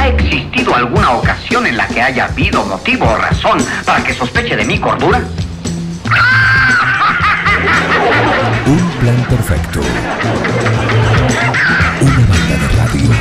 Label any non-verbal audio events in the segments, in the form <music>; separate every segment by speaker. Speaker 1: habido alguna ocasión en la que haya habido motivo o razón para que sospeche de mi cordura?
Speaker 2: Un plan perfecto. Una banda de radio.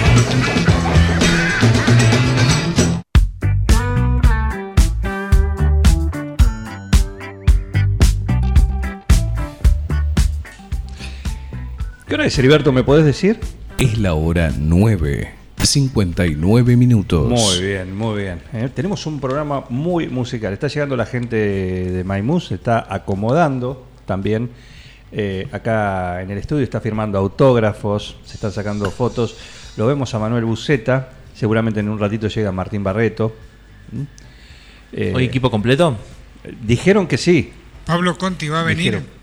Speaker 3: ¿Qué hora es, Heriberto? ¿Me podés decir?
Speaker 2: Es la hora 9. 59 minutos.
Speaker 3: Muy bien, muy bien. Eh, tenemos un programa muy musical. Está llegando la gente de Maimus, se está acomodando también. eh, acá en el estudio está firmando autógrafos, se están sacando fotos. Lo vemos a Manuel Buceta. Seguramente en un ratito llega Martín Barreto. ¿Mm? Eh,
Speaker 4: ¿Hoy equipo completo?
Speaker 3: dijeron que sí.
Speaker 5: Pablo Conti va a venir.
Speaker 3: dijeron.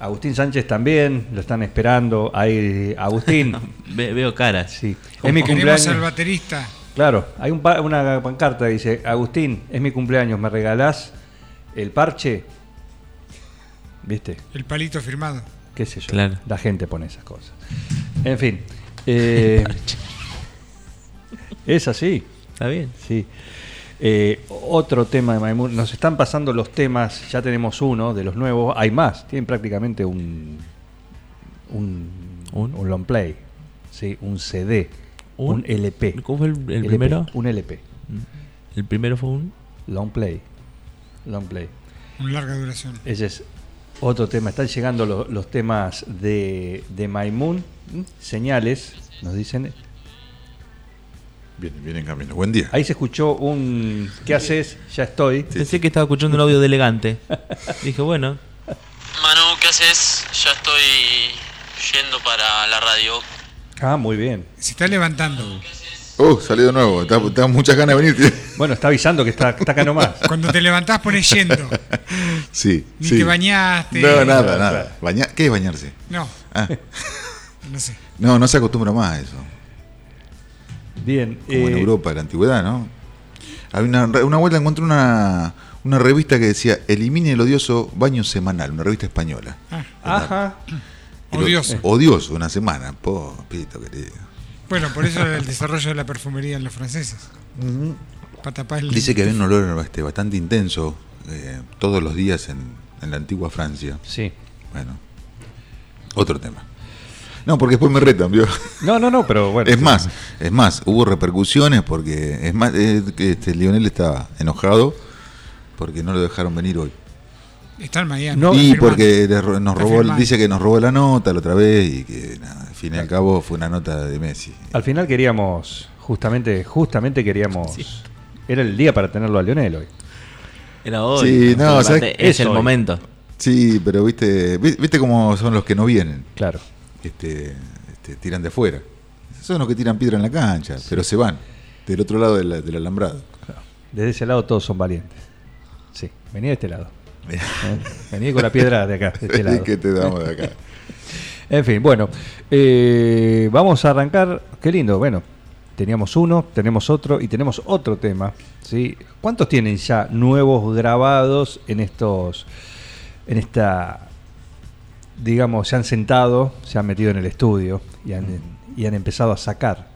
Speaker 3: Agustín Sánchez también, lo están esperando. Ahí, Agustín. <laughs>
Speaker 4: Ve- veo caras.
Speaker 3: sí. Es mi
Speaker 5: Tenemos al
Speaker 3: cumpleaños.
Speaker 5: baterista.
Speaker 3: Claro, hay un pa- una pancarta que dice, Agustín, es mi cumpleaños, ¿me regalás el parche? ¿Viste?
Speaker 5: El palito firmado.
Speaker 3: ¿Qué sé yo?
Speaker 4: Claro.
Speaker 3: La gente pone esas cosas. En
Speaker 4: <laughs>
Speaker 3: fin. eh, es así,
Speaker 4: Está bien.
Speaker 3: sí. Eh, otro tema de Maimón. Nos están pasando los temas, ya tenemos uno de los nuevos, hay más, tienen prácticamente un, un,
Speaker 4: ¿Un?
Speaker 3: un long play, sí, un CD, un,
Speaker 4: Un-
Speaker 3: LP.
Speaker 4: ¿Cómo fue el, el
Speaker 3: LP,
Speaker 4: primero?
Speaker 3: Un LP.
Speaker 4: El primero fue un.
Speaker 3: Long play. Long play.
Speaker 5: Con larga duración.
Speaker 3: Ese es otro tema. Están llegando lo- los temas de, de Maimun. ¿m? Señales, nos dicen.
Speaker 6: Viene, viene en camino. Buen día.
Speaker 3: Ahí se escuchó un. ¿Qué haces? Ya estoy.
Speaker 6: Sí,
Speaker 4: Pensé
Speaker 6: sí.
Speaker 4: que estaba escuchando un audio de elegante. Dije, bueno,
Speaker 7: Manu, ¿qué haces? Ya estoy yendo para la radio.
Speaker 3: Ah, muy bien.
Speaker 5: Se está levantando.
Speaker 6: Uh, salió de nuevo. Está, está muchas ganas de venir.
Speaker 3: Bueno, está avisando que está, está acá nomás.
Speaker 5: Cuando te levantás pones yendo.
Speaker 6: <laughs> Sí.
Speaker 5: Ni
Speaker 6: sí.
Speaker 5: te bañaste.
Speaker 6: No, nada, nada. Baña- ¿Qué es bañarse?
Speaker 5: No, <laughs>
Speaker 6: Ah,
Speaker 5: no sé.
Speaker 6: no, no se acostumbra más a eso.
Speaker 3: Bien.
Speaker 6: Como en
Speaker 3: eh,
Speaker 6: Europa, en la antigüedad, ¿no? Había una, re- una vuelta encontré una, una revista que decía Elimine el odioso baño semanal, una revista española.
Speaker 3: Ajá.
Speaker 6: El o-
Speaker 5: Ah, Odioso.
Speaker 6: Odioso, una semana. Po, pito querido.
Speaker 5: Bueno, por eso el desarrollo de la perfumería en los franceses. Para tapar el-
Speaker 6: Dice que había un olor este, bastante intenso eh, todos los días en, en la antigua Francia.
Speaker 3: Sí.
Speaker 6: Bueno, otro tema. No, porque después me retan, ¿vio?
Speaker 3: No, no, no, pero bueno.
Speaker 6: Es más, es más, hubo repercusiones porque es más, eh, que este, Lionel estaba enojado porque no lo dejaron venir hoy.
Speaker 5: Está en Miami.
Speaker 3: No,
Speaker 6: y
Speaker 5: Está
Speaker 6: porque le ro- nos
Speaker 5: Está
Speaker 6: robó,
Speaker 5: firmado.
Speaker 6: dice que nos robó la nota la otra vez y que nada, al fin y al cabo fue una nota de Messi.
Speaker 3: Al final queríamos. Justamente, justamente queríamos. Era el día para tenerlo a Leonel hoy.
Speaker 4: era hoy.
Speaker 6: Sí, no,
Speaker 4: Aparte,
Speaker 6: ¿sabes
Speaker 3: qué?
Speaker 4: es el
Speaker 3: Hoy.
Speaker 4: momento.
Speaker 6: Sí, pero viste, vi- viste cómo son los que no vienen,
Speaker 3: Claro.
Speaker 6: este, este, tiran de fuera. Son los que tiran piedra en la cancha, pero se van del otro lado de la- del alambrado.
Speaker 3: Desde ese lado todos son valientes. Sí, venía de este lado. ¿eh? Venía con la piedra de acá, de
Speaker 6: <laughs>
Speaker 3: este lado.
Speaker 6: ¿Qué te damos de acá?
Speaker 3: En fin, bueno, eh, vamos a arrancar. Qué lindo, bueno, teníamos uno, tenemos otro y tenemos otro tema. ¿sí? ¿Cuántos tienen ya nuevos grabados en estos, en esta, digamos, se han sentado, se han metido en el estudio y han, y han empezado a sacar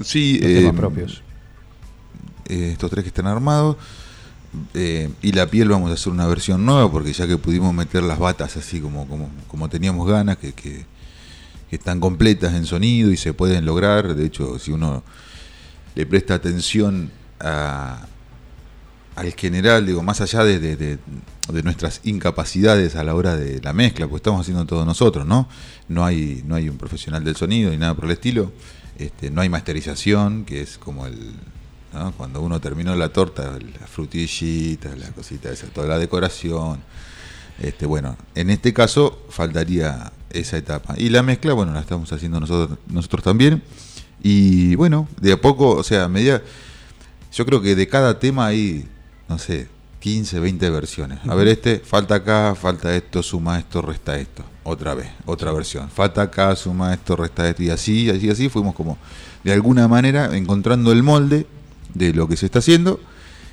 Speaker 6: Sí,
Speaker 3: los temas
Speaker 6: Mm. eh,
Speaker 3: propios?
Speaker 6: eh, estos tres que están armados. eh, y la piel vamos a hacer una versión nueva porque ya que pudimos meter las batas así como, como, como teníamos ganas, que, que- que están completas en sonido y se pueden lograr. De hecho, si uno le presta atención a- al general, digo, más allá de, de- de- de nuestras incapacidades a la hora de la mezcla, pues estamos haciendo todo nosotros, ¿no? No hay, no hay un profesional del sonido ni nada por el estilo. Este, no hay masterización, que es como el. ¿no? Cuando uno terminó la torta, las frutillitas, la cosita esa, toda la decoración. Este, bueno, en este caso faltaría esa etapa. Y la mezcla, bueno, la estamos haciendo nosotros, nosotros también. Y bueno, de a poco, o sea, a medida. Yo creo que de cada tema hay, no sé, 15, 20 versiones. A ver, este, falta acá, falta esto, suma esto, resta esto. Otra vez, otra versión. Falta acá, suma esto, resta esto. Y así, así, así, fuimos como, de alguna manera, encontrando el molde de lo que se está haciendo.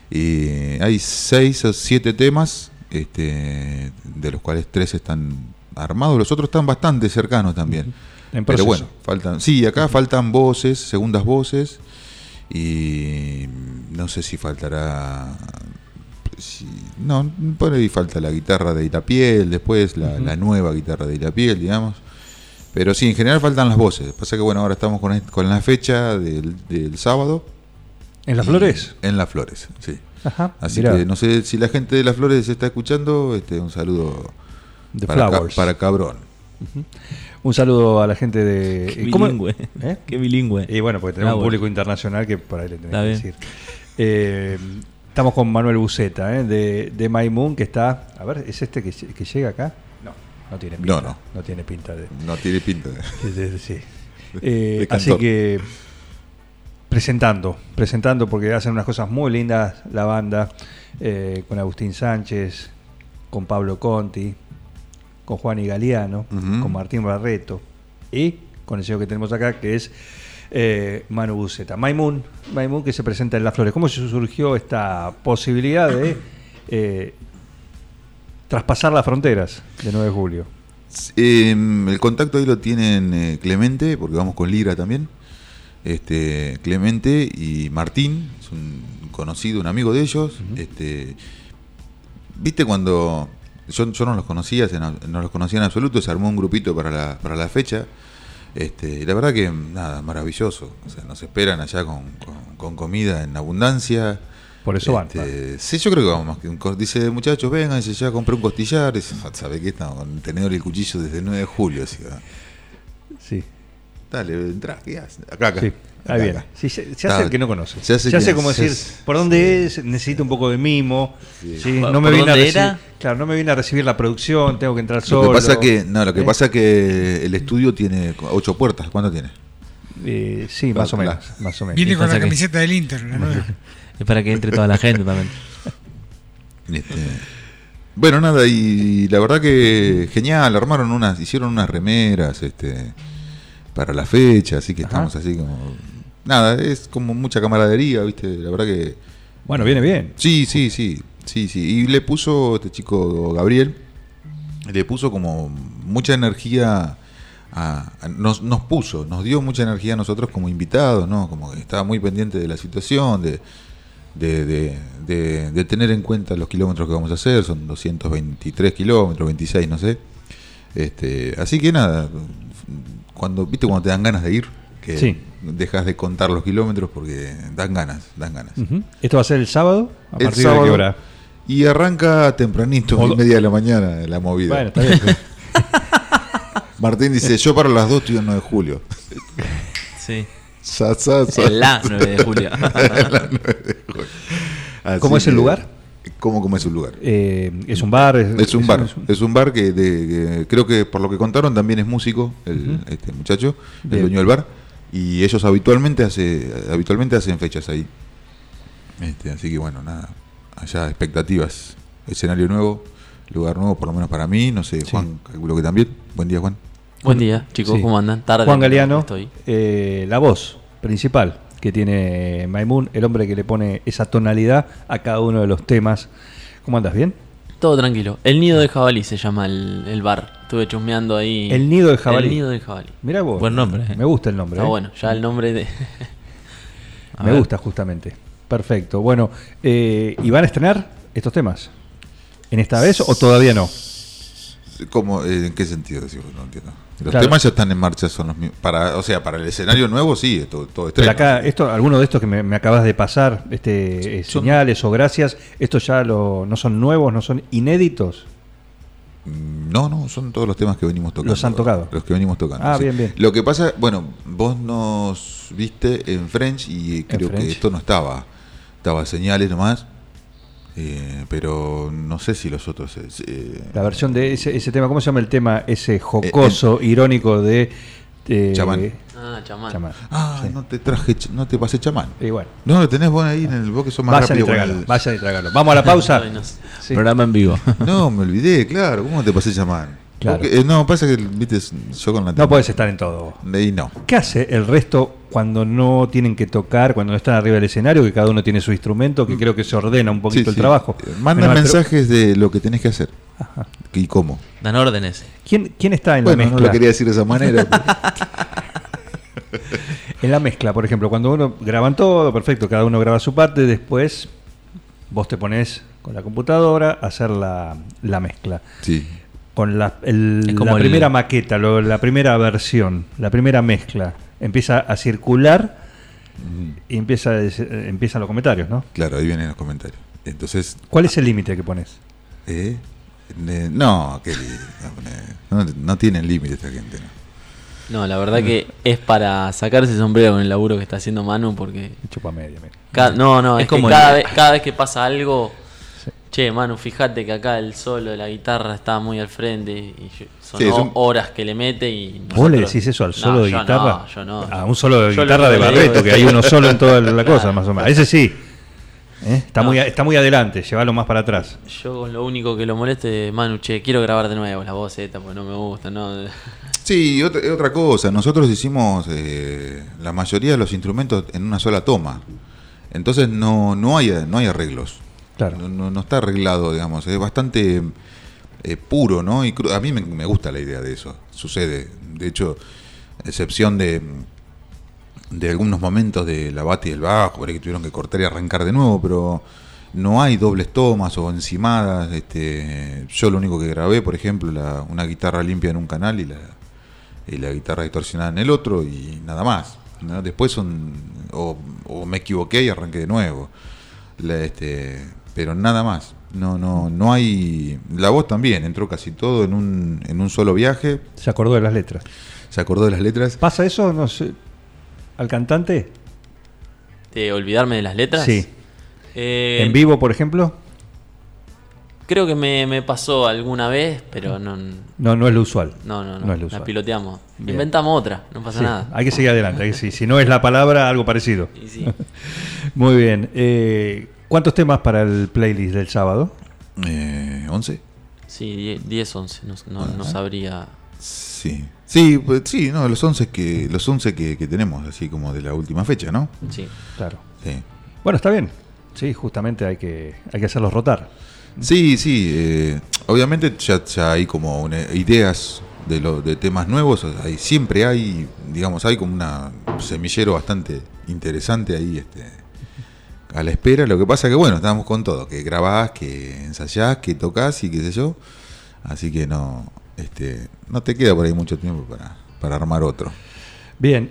Speaker 6: Y hay seis o siete temas, este, de los cuales tres están armados, los otros están bastante cercanos también.
Speaker 3: En
Speaker 6: Pero
Speaker 3: proceso.
Speaker 6: bueno, faltan, sí, acá faltan voces, segundas voces Y no sé si faltará. si- no, por ahí falta la guitarra de Irapiel, después la, la nueva guitarra de Irapiel, digamos. Pero sí, en general faltan las voces. Pasa que bueno, ahora estamos con, est- con la fecha del, del sábado.
Speaker 3: ¿En las
Speaker 6: y-
Speaker 3: flores?
Speaker 6: En Las Flores, sí.
Speaker 3: Ajá.
Speaker 6: Así
Speaker 3: mirá,
Speaker 6: que no sé si la gente de Las Flores está escuchando. Este, un saludo
Speaker 3: The
Speaker 6: para, ca-
Speaker 3: Flowers.
Speaker 6: para Cabrón.
Speaker 3: Un saludo a la gente de.
Speaker 4: Qué
Speaker 3: eh, ¿cómo-
Speaker 4: bilingüe.
Speaker 3: ¿Eh?
Speaker 4: <laughs> Qué bilingüe.
Speaker 3: Y bueno, porque tenemos
Speaker 4: Ah,
Speaker 3: un
Speaker 4: bueno.
Speaker 3: público internacional que por ahí le tenemos
Speaker 4: Está
Speaker 3: que
Speaker 4: bien.
Speaker 3: decir. Eh, estamos con Manuel Buceta, ¿eh? de, de My Moon, que está. A ver, ¿es este que, lle- que llega acá? No, no tiene pinta.
Speaker 6: No, no.
Speaker 3: tiene pinta de.
Speaker 6: No tiene pinta. de- <laughs>
Speaker 3: de- de- sí. Eh,
Speaker 6: De
Speaker 3: así
Speaker 6: cantor.
Speaker 3: que. Presentando, presentando, porque hacen unas cosas muy lindas la banda, eh, con Agustín Sánchez, con Pablo Conti, con Juan y Galeano,
Speaker 6: Ujú.
Speaker 3: con Martín Barreto y con el señor que tenemos acá, que es eh, Manu Buceta. Maimun, Maimun que se presenta en Las Flores. ¿Cómo se surgió esta posibilidad de eh, traspasar las fronteras de 9 de julio?
Speaker 6: Eh, el contacto ahí lo tienen eh, Clemente, porque vamos con Lira también. Este, Clemente y Martín, es un conocido, un amigo de ellos. Este, Viste cuando yo, yo no los conocía, se no no los conocía en absoluto, se armó un grupito para la, para la fecha. Este, y la verdad que nada, maravilloso. O sea, nos esperan allá con, con- con comida en abundancia.
Speaker 3: Por eso van.
Speaker 6: Este, Sí, yo creo que vamos más que un cor- Dice, muchachos, vengan, dice, ya compré un costillar. Dice, "Ah, ¿sabe qué? Estamos con el tenedor y el cuchillo desde el 9 de julio. Así, ah,
Speaker 3: Sí,
Speaker 6: Dale, entrá, ¿qué haces? Acá, acá.
Speaker 3: sí.
Speaker 6: acá,
Speaker 3: Ahí viene.
Speaker 6: acá.
Speaker 3: Sí, se, se
Speaker 6: Está
Speaker 3: hace el
Speaker 6: bien.
Speaker 3: que no conoce.
Speaker 6: Se
Speaker 3: Se
Speaker 6: hace
Speaker 3: hace,
Speaker 6: que-
Speaker 3: como
Speaker 6: se
Speaker 3: decir,
Speaker 6: hace-
Speaker 3: ¿por dónde es? Necesito un poco de mimo. Sí, no
Speaker 4: ¿Por
Speaker 3: me vine a
Speaker 4: dónde
Speaker 3: recibir-
Speaker 4: era?
Speaker 3: Claro, no me vine a recibir la producción, tengo que entrar
Speaker 6: Lo
Speaker 3: solo.
Speaker 6: que pasa que, no, lo que
Speaker 3: ¿Eh?
Speaker 6: pasa que el estudio tiene ocho puertas. ¿Cuánto tiene?
Speaker 3: Eh, sí, más o
Speaker 6: Claro.
Speaker 3: menos, más o menos.
Speaker 5: Viene con
Speaker 4: pasa
Speaker 5: la
Speaker 4: que-
Speaker 5: camiseta del Inter, la
Speaker 6: <laughs>
Speaker 5: nueva.
Speaker 4: Es para que entre toda la gente también.
Speaker 6: Este, bueno, nada, y la verdad que genial, armaron unas, hicieron unas remeras este, para la fecha, así que
Speaker 3: Ajá.
Speaker 6: estamos así como... Nada, es como mucha camaradería, ¿viste? La verdad que...
Speaker 3: Bueno, viene bien.
Speaker 6: Sí, sí, sí, sí, sí. Y le puso, este chico Gabriel, le puso como mucha energía, a- a- nos, nos puso, nos dio mucha energía a nosotros como invitados, ¿no? Como que estaba muy pendiente de la situación, de, de, de- de- de tener en cuenta los kilómetros que vamos a hacer, son 223 kilómetros, 26, no sé. Este, así que nada, cuando, viste cuando te dan ganas de ir, que
Speaker 3: Sí.
Speaker 6: dejas de contar los kilómetros porque dan ganas, dan ganas.
Speaker 3: Ujú. Esto va a ser el sábado, a
Speaker 6: El
Speaker 3: partir de
Speaker 6: sábado.
Speaker 3: qué hora.
Speaker 6: Y arranca tempranito,
Speaker 3: O-
Speaker 6: y media de la mañana, la movida.
Speaker 3: Bueno, está
Speaker 6: <laughs>
Speaker 3: bien. <laughs>
Speaker 6: Martín dice, yo para las 2 estoy en 9 de julio. <laughs>
Speaker 4: Sí.
Speaker 6: Sa, sa, sa.
Speaker 4: El la 9 de julio.
Speaker 6: Así
Speaker 3: ¿Cómo es el lugar?
Speaker 6: ¿Cómo, cómo es el lugar?
Speaker 3: Eh, es un bar.
Speaker 6: Es un bar,
Speaker 3: es un-
Speaker 6: es un bar que, de- que creo que por lo que contaron también es músico, el, este muchacho, el
Speaker 3: Bien.
Speaker 6: dueño del bar, y ellos habitualmente hace, habitualmente hacen fechas ahí. Este, así que bueno, nada, allá expectativas, escenario nuevo, lugar nuevo, por lo menos para mí, no sé, Juan, calculo que también. Buen día, Juan.
Speaker 7: Buen día, chicos,
Speaker 3: sí.
Speaker 7: ¿cómo andan? Tarde.
Speaker 3: Juan Galeano,
Speaker 7: Estoy.
Speaker 3: eh, la voz principal que tiene Maimun, el hombre que le pone esa tonalidad a cada uno de los temas. ¿Cómo andas? ¿Bien?
Speaker 7: Todo tranquilo. El nido de jabalí se llama el, el bar. Estuve chusmeando ahí.
Speaker 3: El nido de jabalí.
Speaker 7: El nido de jabalí.
Speaker 3: Mira vos.
Speaker 4: <laughs> Buen nombre, eh.
Speaker 3: Me gusta el nombre.
Speaker 7: Está
Speaker 3: eh.
Speaker 7: bueno, ya el nombre
Speaker 3: <laughs>
Speaker 7: de.
Speaker 4: A
Speaker 3: Me
Speaker 4: ver.
Speaker 3: gusta justamente. Perfecto. Bueno, eh, ¿y van a estrenar estos temas? ¿En esta vez o todavía no?
Speaker 6: ¿Cómo, eh, ¿En qué sentido decís? vos? No entiendo. Los
Speaker 3: Claro.
Speaker 6: temas ya están en marcha, son los mismos. Para, o sea, para el escenario nuevo sí, es todo, todo
Speaker 3: Pero
Speaker 6: estreno.
Speaker 3: acá, esto, alguno de estos que me, me acabas de pasar, este, eh,
Speaker 6: Son-
Speaker 3: señales o gracias, estos ya lo- no son nuevos, no son inéditos.
Speaker 6: Mm, No, no, son todos los temas que venimos tocando.
Speaker 3: Los han tocado.
Speaker 6: Los que venimos tocando.
Speaker 3: Ah, bien, bien.
Speaker 6: Lo que pasa, bueno, vos nos viste en French y creo que
Speaker 3: French.
Speaker 6: esto no estaba. Estaba señales nomás. eh, pero no sé si los otros. eh, eh,
Speaker 3: La versión de ese, ese tema, ¿cómo se llama el tema? Ese jocoso,
Speaker 6: eh,
Speaker 3: irónico de... eh,
Speaker 6: Chamán.
Speaker 7: Ah, chamán.
Speaker 3: Chamán.
Speaker 6: ah, no te traje, ch- no te pasé chamán.
Speaker 3: Y bueno,
Speaker 6: No, lo tenés vos ahí en el bosque, son más
Speaker 3: vayan y
Speaker 6: rápido. con
Speaker 3: tráigalo,
Speaker 6: el-
Speaker 3: vayan y tráigalo. Vamos a la pausa.
Speaker 7: <laughs> Ay, no sé.
Speaker 3: Sí.
Speaker 4: Programa en vivo.
Speaker 6: No, me olvidé, claro. ¿Cómo te pasé chamán?
Speaker 3: Claro.
Speaker 6: Porque, eh, no, pasa que, viste, yo con la.
Speaker 3: No puedes estar en todo.
Speaker 6: Y no.
Speaker 3: ¿Qué hace el resto cuando no tienen que tocar, cuando no están arriba del escenario, que cada uno tiene su instrumento, que creo que se ordena un poquito
Speaker 6: Mm. Sí,
Speaker 3: el
Speaker 6: sí.
Speaker 3: trabajo?
Speaker 6: Eh,
Speaker 3: Menos
Speaker 6: Mandan
Speaker 3: mal, pero-
Speaker 6: mensajes de lo que tenés que hacer
Speaker 3: Ajá.
Speaker 6: y cómo.
Speaker 4: Dan órdenes.
Speaker 3: ¿Quién, quién está en
Speaker 6: Bueno,
Speaker 3: la
Speaker 6: no
Speaker 3: <laughs> mezcla?
Speaker 6: lo quería decir de esa manera. pero-
Speaker 3: En la mezcla, por ejemplo, cuando uno graban todo, perfecto, cada uno graba su parte, después vos te pones con la computadora a hacer la, la mezcla.
Speaker 6: Sí.
Speaker 3: Con la, el-
Speaker 4: Es como
Speaker 3: la
Speaker 4: el-
Speaker 3: primera maqueta, lo- la primera versión, la primera mezcla, empieza a circular
Speaker 8: Mm.
Speaker 3: y empieza a dec- eh, empiezan los comentarios, ¿no?
Speaker 6: Claro, ahí vienen los comentarios. Entonces,
Speaker 3: ¿Cuál es el límite que pones?
Speaker 6: eh, eh, no, qué li- no, no tienen límite esta gente. ¿no?
Speaker 8: No, la verdad que es para sacarse el sombrero con el laburo que está haciendo Manu porque...
Speaker 3: Chupa media, mira.
Speaker 8: ca- no, no,
Speaker 4: Es
Speaker 8: es,
Speaker 4: como
Speaker 8: que cada,
Speaker 4: el-
Speaker 8: vez, cada vez que pasa algo... Che, Manu, fíjate que acá el solo de la guitarra está muy al frente y yo- son
Speaker 6: Sí, es
Speaker 8: o-
Speaker 6: un-
Speaker 8: horas que le mete y...
Speaker 3: ¿Vos le
Speaker 8: nosotros-
Speaker 3: decís eso al
Speaker 8: No,
Speaker 3: solo de
Speaker 8: yo
Speaker 3: guitarra?
Speaker 8: No, yo no.
Speaker 3: A un solo de
Speaker 8: Yo lo
Speaker 3: guitarra de
Speaker 8: que le digo
Speaker 3: Barreto,
Speaker 8: es-
Speaker 3: que hay uno solo en toda
Speaker 8: <laughs>
Speaker 3: la cosa,
Speaker 8: Claro.
Speaker 3: más o menos. Ese sí. ¿eh? Está, muy, a- está muy adelante, llévalo más para atrás.
Speaker 8: Yo con lo único que lo moleste es, Manu, che, quiero grabar de nuevo la voz esta porque no me gusta, no... <laughs>
Speaker 6: Sí, y otra, y otra cosa, nosotros hicimos eh, la mayoría de los instrumentos en una sola toma. Entonces no, no, hay, no hay arreglos.
Speaker 3: Claro.
Speaker 6: No, no- no está arreglado, digamos. Es bastante eh, puro, ¿no? Y cru- a mí me, me gusta la idea de eso. Sucede. De hecho, excepción de, de algunos momentos de la bata y el bajo, por ahí que tuvieron que cortar y arrancar de nuevo, pero no hay dobles tomas o encimadas. Este, yo lo único que grabé, por ejemplo, la- una guitarra limpia en un canal y la, y la guitarra distorsionada en el otro y nada más. ¿no? Después son o, o me equivoqué y arranqué de nuevo. La- este, pero nada más. No, no, no hay. La voz también entró casi todo en un, en un solo viaje.
Speaker 3: Se acordó de las letras.
Speaker 6: Se acordó de las letras.
Speaker 3: ¿Pasa eso? No sé. ¿Al cantante?
Speaker 8: De olvidarme de las letras.
Speaker 3: Sí.
Speaker 8: Eh,
Speaker 3: ¿En vivo, por ejemplo?
Speaker 8: Creo que me, me pasó alguna vez, pero no, no,
Speaker 3: No, no es lo usual.
Speaker 8: no, no,
Speaker 3: No es lo
Speaker 8: la
Speaker 3: usual.
Speaker 8: piloteamos.
Speaker 3: Bien.
Speaker 8: Inventamos otra, no pasa
Speaker 3: Sí,
Speaker 8: nada.
Speaker 3: Hay que seguir adelante. hay que- si, si no es la palabra, algo parecido.
Speaker 8: Y sí.
Speaker 3: <laughs> Muy bien. eh, ¿Cuántos temas para el playlist del sábado?
Speaker 6: Eh, ¿11?
Speaker 8: Sí, die- 10, 11, no, no- no sabría.
Speaker 6: Sí. Sí, pues, sí, no, los 11 que, los 11 que, que tenemos, así como de la última fecha, ¿no?
Speaker 8: Sí.
Speaker 3: Claro.
Speaker 6: Sí.
Speaker 3: Bueno, está bien. Sí, justamente hay que, hay que hacerlos rotar.
Speaker 6: Sí, sí. eh, obviamente ya, ya hay como una- ideas de, lo- de temas nuevos. o sea, hay- siempre hay, digamos, hay como una- un semillero bastante interesante ahí este, a la espera. Lo que pasa que, bueno, estamos con todo. Que grabás, que ensayás, que tocas y qué sé yo. Así que no, este, no te queda por ahí mucho tiempo para, para armar otro.
Speaker 3: Bien,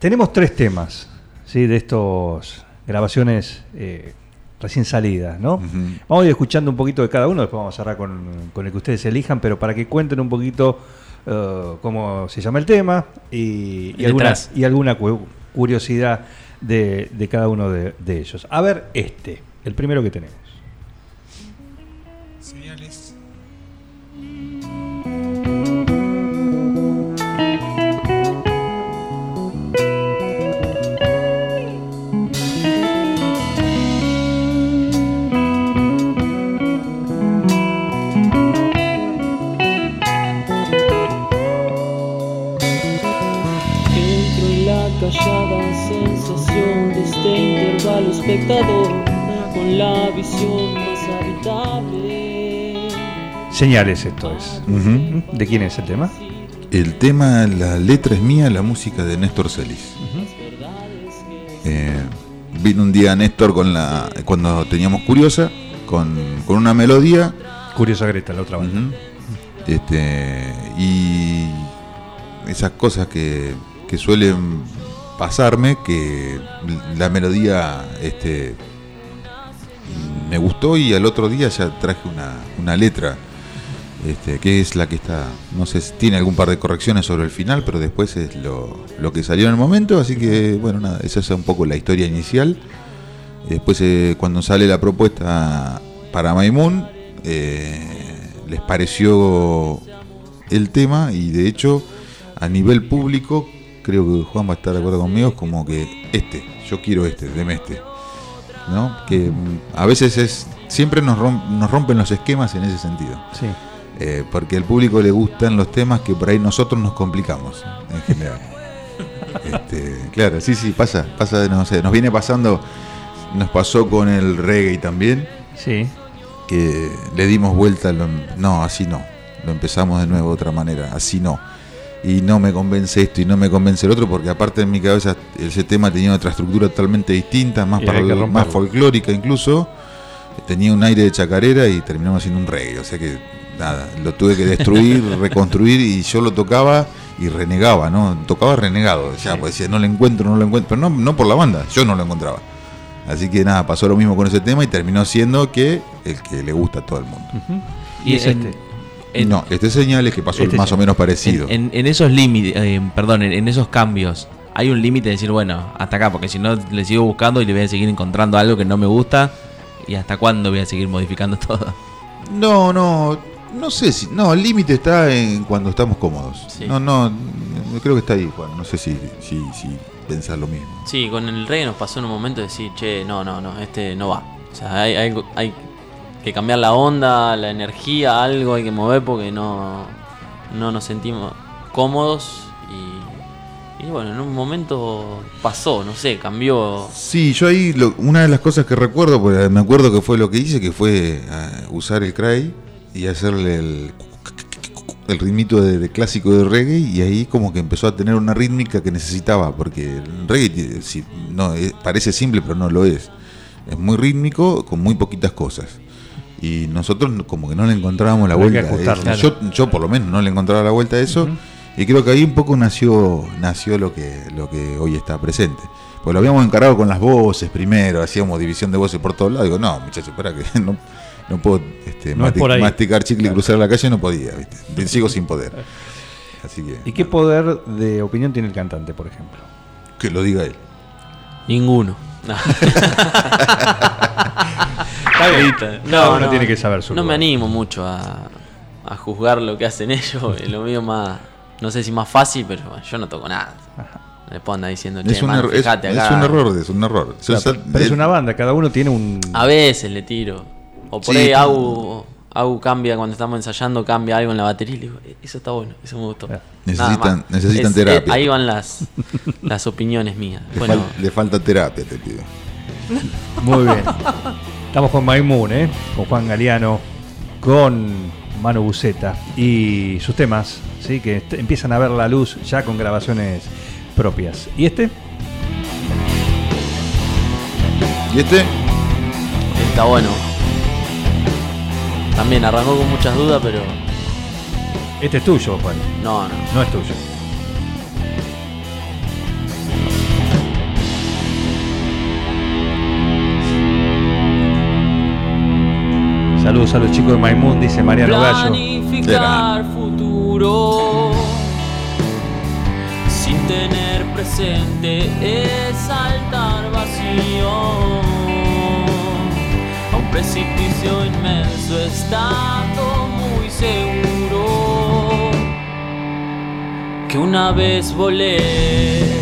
Speaker 3: tenemos tres temas ¿sí? de estos grabaciones eh, recién salidas, ¿no?
Speaker 6: Ujú.
Speaker 3: Vamos a ir escuchando un poquito de cada uno, después vamos a cerrar con, con el que ustedes elijan, pero para que cuenten un poquito eh, cómo se llama el tema y, y
Speaker 4: Y
Speaker 3: alguna,
Speaker 4: detrás.
Speaker 3: y alguna cu- curiosidad de, de cada uno de, de ellos. A ver, este, el primero que tenemos.
Speaker 5: Señales.
Speaker 9: Entro en la callada sensación de este intervalo espectador con la visión más habitable.
Speaker 3: Señales, esto es.
Speaker 6: Ujú.
Speaker 3: ¿De quién es el tema?
Speaker 6: El tema, la letra es mía, la música de Néstor Celis. Eh, vino un día Néstor con la, cuando teníamos Curiosa, con, con una melodía.
Speaker 3: Curiosa Greta, la otra banda.
Speaker 6: Ujú. este, y esas cosas que, que suelen pasarme, que la melodía este, me gustó y al otro día ya traje una, una letra. Este, que es la que está, no sé, si tiene algún par de correcciones sobre el final, pero después es lo, lo que salió en el momento, así que bueno, nada, esa es un poco la historia inicial. Después eh, cuando sale la propuesta para Maimun, les pareció el tema y de hecho a nivel público, creo que Juan va a estar de acuerdo conmigo, es como que este, yo quiero este, deme este. ¿no? Que mm, a veces es, siempre nos, rom- nos rompen los esquemas en ese sentido.
Speaker 3: Sí.
Speaker 6: Eh, porque al público le gustan los temas que por ahí nosotros nos complicamos, en general. Este, claro, sí, sí, pasa, pasa, no sé, nos viene pasando, nos pasó con el reggae también,
Speaker 3: Sí.
Speaker 6: que le dimos vuelta, lo em- no, así no, lo empezamos de nuevo de otra manera, así no. y no me convence esto y no me convence el otro, porque aparte en mi cabeza ese tema tenía otra estructura totalmente distinta, más,
Speaker 3: Y había
Speaker 6: parol-
Speaker 3: que romperlo.
Speaker 6: más folclórica incluso, tenía un aire de chacarera y terminamos haciendo un reggae, o sea que nada, lo tuve
Speaker 3: <laughs>
Speaker 6: que destruir, reconstruir y yo lo tocaba y renegaba, ¿no? Tocaba renegado, ya, pues decía, no lo encuentro, no lo encuentro, pero no, no por la banda, yo no lo encontraba. Así que nada, pasó lo mismo con ese tema y terminó siendo que el que le gusta a todo el mundo.
Speaker 4: Y
Speaker 3: es
Speaker 4: en-
Speaker 3: este.
Speaker 4: en-
Speaker 6: no, este señal es que pasó
Speaker 3: Este
Speaker 6: más
Speaker 3: sí.
Speaker 6: o menos parecido.
Speaker 4: En, en- en esos límites, eh, perdón, en, en esos cambios, hay un límite de decir, bueno, hasta acá, porque si no le sigo buscando y le voy a seguir encontrando algo que no me gusta, y hasta cuándo voy a seguir modificando <laughs> todo.
Speaker 6: No, no, no sé si. No, el límite está en cuando estamos cómodos.
Speaker 8: Sí.
Speaker 6: No, no, yo creo que está ahí, Juan. No sé si, si, si pensás lo mismo.
Speaker 8: Sí, con el rey nos pasó en un momento de decir, che, no, no, no, este no va. O sea, hay, hay- hay que cambiar la onda, la energía, algo hay que mover porque no, no nos sentimos cómodos. Y, y bueno, en un momento pasó, no sé, cambió.
Speaker 6: Sí, yo ahí lo- una de las cosas que recuerdo, porque me acuerdo que fue lo que hice, que fue ah, usar el cray y hacerle el, el ritmito de, de clásico de reggae y ahí como que empezó a tener una rítmica que necesitaba, porque el reggae tiene- sí, no, eh, parece simple, pero no lo es. Es muy rítmico con muy poquitas cosas. Y nosotros no- como que no le encontrábamos la
Speaker 3: Había que
Speaker 6: vuelta. a eso.
Speaker 3: ajustarlo.
Speaker 6: Yo, yo por lo menos no le encontraba la vuelta a eso. Y creo que ahí un poco nació, nació lo, que, lo que hoy está presente. Pues lo habíamos encarado con las voces primero, hacíamos división de voces por todos lados. Digo, no, muchachos, espera que <laughs> no, no puedo este,
Speaker 3: No es
Speaker 6: mati-
Speaker 3: por ahí.
Speaker 6: masticar chicle y cruzar la calle, no podía, ¿viste? Sigo sin poder. Así que.
Speaker 3: ¿Y qué
Speaker 6: nada,
Speaker 3: poder de opinión tiene el cantante, por ejemplo?
Speaker 6: Que lo diga él.
Speaker 8: Ninguno. <laughs> No.
Speaker 3: Cada uno tiene que saber su
Speaker 8: ¿eh? No
Speaker 3: lugar.
Speaker 8: me animo mucho a, a juzgar lo que hacen ellos. eh, Lo mío más, no sé si más fácil, pero bueno, yo no toco nada. No le puedo andar diciendo, che,
Speaker 6: Es un,
Speaker 8: mano,
Speaker 6: error, es,
Speaker 8: fíjate
Speaker 6: es
Speaker 8: acá.
Speaker 6: un error, es un error. Yo sal-
Speaker 3: Pero es
Speaker 6: de-
Speaker 3: una banda, cada uno tiene un.
Speaker 8: A veces le tiro. O por
Speaker 6: Sí,
Speaker 8: ahí
Speaker 6: está-
Speaker 8: Agu, Agu cambia cuando estamos ensayando, cambia algo en la batería y le digo, "Eh, eso está bueno, eso me gustó.
Speaker 3: Claro.
Speaker 8: Nada
Speaker 6: Necesitan-
Speaker 8: más.
Speaker 6: necesitan
Speaker 8: eh,
Speaker 6: terapia.
Speaker 8: ahí van las, las opiniones mías.
Speaker 6: le,
Speaker 8: Bueno,
Speaker 6: fal- le falta terapia, te pido.
Speaker 3: Muy bien. Estamos con Mike Moon, ¿eh? con Juan Galeano, con Manu Buceta y sus temas, ¿sí? que est- empiezan a ver la luz ya con grabaciones propias. ¿Y este?
Speaker 6: ¿Y este?
Speaker 8: está bueno. También arrancó con muchas dudas, pero
Speaker 3: Este es tuyo, Juan.
Speaker 8: no, no.
Speaker 3: No es tuyo. Saludos a los chicos de Maimun, dice Mariano Gallo.
Speaker 6: Será.
Speaker 9: Planificar futuro sin tener presente es saltar vacío. A un precipicio inmenso estando muy seguro que una vez volé.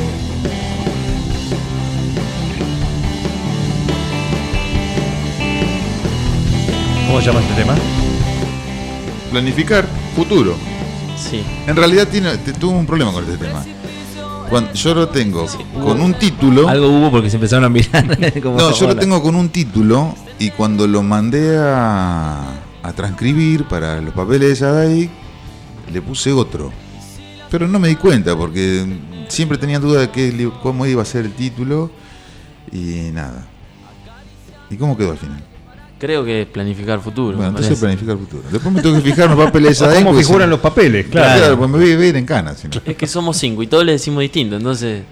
Speaker 3: ¿Cómo se llama este tema?
Speaker 6: Planificar futuro.
Speaker 8: Sí.
Speaker 6: En realidad tiene, te- tuvo un problema con este tema. Cuando, yo lo tengo con un título.
Speaker 4: Algo hubo porque se empezaron a mirar. <laughs> como,
Speaker 6: No, yo lo
Speaker 4: hola.
Speaker 6: tengo con un título y cuando lo mandé a, a transcribir para los papeles de Sadai, le puse otro. Pero no me di cuenta porque siempre tenía duda de qué li- cómo iba a ser el título y nada. ¿Y cómo quedó al final?
Speaker 8: Creo que es planificar futuro.
Speaker 6: Bueno,
Speaker 8: me
Speaker 6: entonces
Speaker 8: parece.
Speaker 6: planificar el futuro. Después me tengo que fijar en los papeles de Sadai.
Speaker 3: <laughs> ¿Cómo
Speaker 6: porque
Speaker 3: figuran
Speaker 6: se-
Speaker 3: los papeles?
Speaker 6: Claro,
Speaker 3: Claro.
Speaker 6: pues me voy a ir en canas. si no.
Speaker 8: Es que somos cinco y todos le decimos distinto, entonces.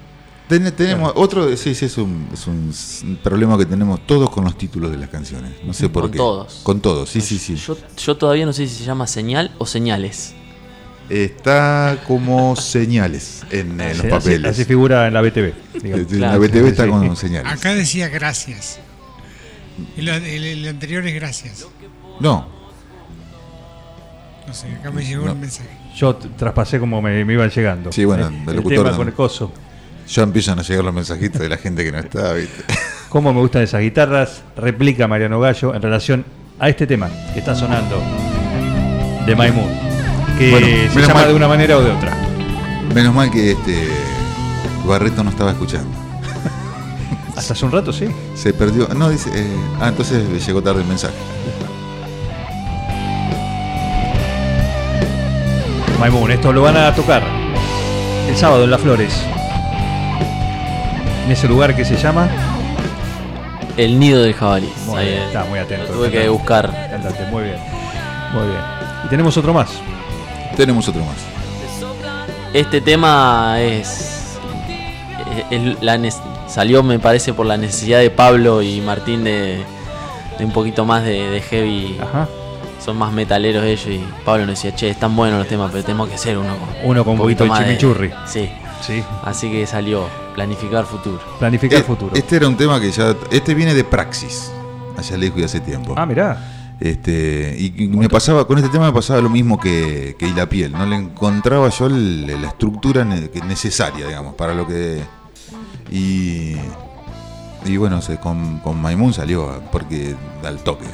Speaker 6: Ten- tenemos otro, sí, sí, es un, es un s- un problema que tenemos todos con los títulos de las canciones. No sé por
Speaker 8: Con
Speaker 6: qué.
Speaker 8: todos.
Speaker 6: Con todos, sí, sí, sí.
Speaker 8: Yo, yo todavía no sé si se llama señal o señales.
Speaker 6: Está como señales en, eh, los
Speaker 3: Así- así,
Speaker 6: papeles.
Speaker 3: así figura en la BTV. digamos.
Speaker 6: Este,
Speaker 8: Claro.
Speaker 6: la BTV está
Speaker 3: Sí.
Speaker 6: con señales.
Speaker 5: Acá decía gracias. Y lo- el, el anterior es gracias.
Speaker 6: No,
Speaker 5: No sé, acá me llegó
Speaker 6: No.
Speaker 5: un mensaje.
Speaker 3: Yo t- traspasé como me, me iban llegando. ¿eh?
Speaker 6: Sí, bueno, del
Speaker 3: el
Speaker 6: locutor
Speaker 3: tema
Speaker 6: no.
Speaker 3: con el coso.
Speaker 6: ya empiezan a llegar los mensajitos de la gente que no está, ¿viste?
Speaker 3: Cómo me gustan esas guitarras, replica Mariano Gallo en relación a este tema que está sonando de My Moon, que
Speaker 6: Bueno,
Speaker 3: se
Speaker 6: menos
Speaker 3: llama
Speaker 6: mal.
Speaker 3: de una manera o de otra.
Speaker 6: Menos mal que este Barreto no estaba escuchando.
Speaker 3: Hasta hace un rato, sí.
Speaker 6: Se perdió. No, dice. eh, ah, entonces llegó tarde el mensaje.
Speaker 3: My Moon, esto lo van a tocar sábado en Las Flores. En ese lugar que se llama.
Speaker 8: El nido del jabalí.
Speaker 3: Muy
Speaker 8: Ahí,
Speaker 3: bien,
Speaker 8: eh,
Speaker 3: está muy atento.
Speaker 8: Lo tuve que
Speaker 3: Fernando.
Speaker 8: buscar.
Speaker 3: Cantante, muy bien. Muy bien. Y tenemos otro más.
Speaker 6: Tenemos otro más.
Speaker 8: Este tema es. es- es la nes- salió, me parece, por la necesidad de Pablo y Martín de, de un poquito más de, de heavy.
Speaker 3: Ajá.
Speaker 8: Son más metaleros ellos y Pablo nos decía, che, están buenos los temas, pero tenemos que hacer uno con
Speaker 3: Uno con un poquito de
Speaker 8: más
Speaker 3: chimichurri.
Speaker 8: Sí,
Speaker 3: Sí.
Speaker 8: así que salió Planificar Futuro.
Speaker 3: Planificar
Speaker 6: Eh,
Speaker 3: futuro.
Speaker 6: Este era un tema que ya. Este viene de Praxis. Allá le dijo y hace tiempo.
Speaker 3: Ah, mirá.
Speaker 6: Este, y y me pasaba, con este tema me pasaba lo mismo que, que Y la piel, no le encontraba yo el- la estructura ne- que- necesaria, digamos, para lo que. Y. Y bueno, se- con, con Maimun salió a- porque al toque.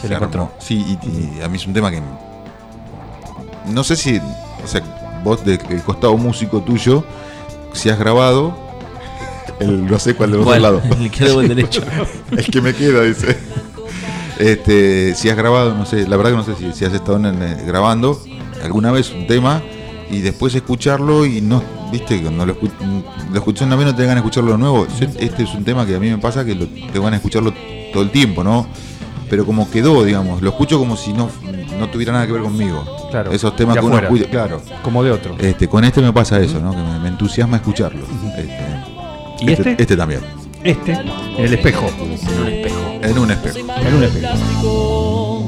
Speaker 6: Se,
Speaker 3: le encontró.
Speaker 6: armó. Sí, y, y a mí es un tema que. No sé si. O sea, vos del el costado músico tuyo, si has grabado. <laughs> el- no sé cuál de los dos
Speaker 4: ¿Cuál? <laughs>
Speaker 6: lados.
Speaker 4: El izquierdo o el derecho.
Speaker 6: El que me queda, dice. Este, si has grabado, no sé, la verdad que no sé si, si has estado en el- eh, grabando alguna vez un tema y después escucharlo y no, viste, cuando lo, escu- lo escuchás una vez no te dan ganas de escucharlo de nuevo. Yo- Este es un tema que a mí me pasa que lo, te van a escucharlo todo el tiempo, ¿no? Pero como quedó, digamos, lo escucho como si no, no tuviera nada que ver conmigo.
Speaker 3: Claro,
Speaker 6: Esos temas
Speaker 3: de
Speaker 6: que uno
Speaker 3: afuera.
Speaker 6: escucha, claro.
Speaker 3: Como de otro.
Speaker 6: Este, con este me pasa eso, ¿no? Que me, me entusiasma escucharlo. Este,
Speaker 3: ¿Y este?
Speaker 6: Este también.
Speaker 3: Este, en el espejo.
Speaker 8: En un espejo.
Speaker 6: En un espejo.
Speaker 3: En un espejo.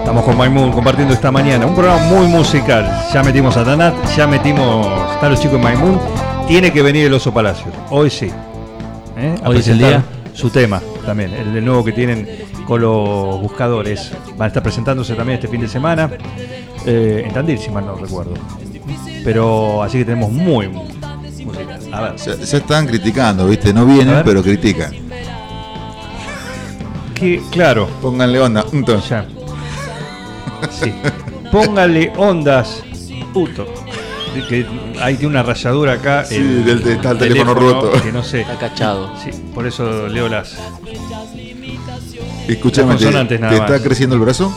Speaker 3: Estamos con Maimun compartiendo esta mañana. Un programa muy musical. Ya metimos a Tanat, ya metimos. Están los chicos en Maimun. Tiene que venir el Oso Palacio. Hoy sí. ¿Eh? A
Speaker 4: Hoy es el
Speaker 3: presentar
Speaker 4: día.
Speaker 3: Su tema también. El, el nuevo que tienen con los buscadores. Van a estar presentándose también este fin de semana. Eh, en Tandil, si mal no recuerdo. Pero así que tenemos muy. musical. A ver,
Speaker 6: Ya, ya están criticando, ¿viste? No
Speaker 3: A
Speaker 6: vienen,
Speaker 3: ver.
Speaker 6: pero critican.
Speaker 3: que, claro.
Speaker 6: Pónganle onda. Entonces,
Speaker 3: Ya.
Speaker 6: <laughs>
Speaker 3: Sí. Póngale ondas. Puto. Que hay tiene una rayadura acá.
Speaker 6: Sí, del- del- está el teléfono roto.
Speaker 3: Que no sé.
Speaker 8: Está cachado.
Speaker 3: Sí, por eso leo las.
Speaker 6: escuchame,
Speaker 3: Las
Speaker 6: ¿te,
Speaker 3: consonantes nada
Speaker 6: te
Speaker 3: más.
Speaker 6: está creciendo el brazo?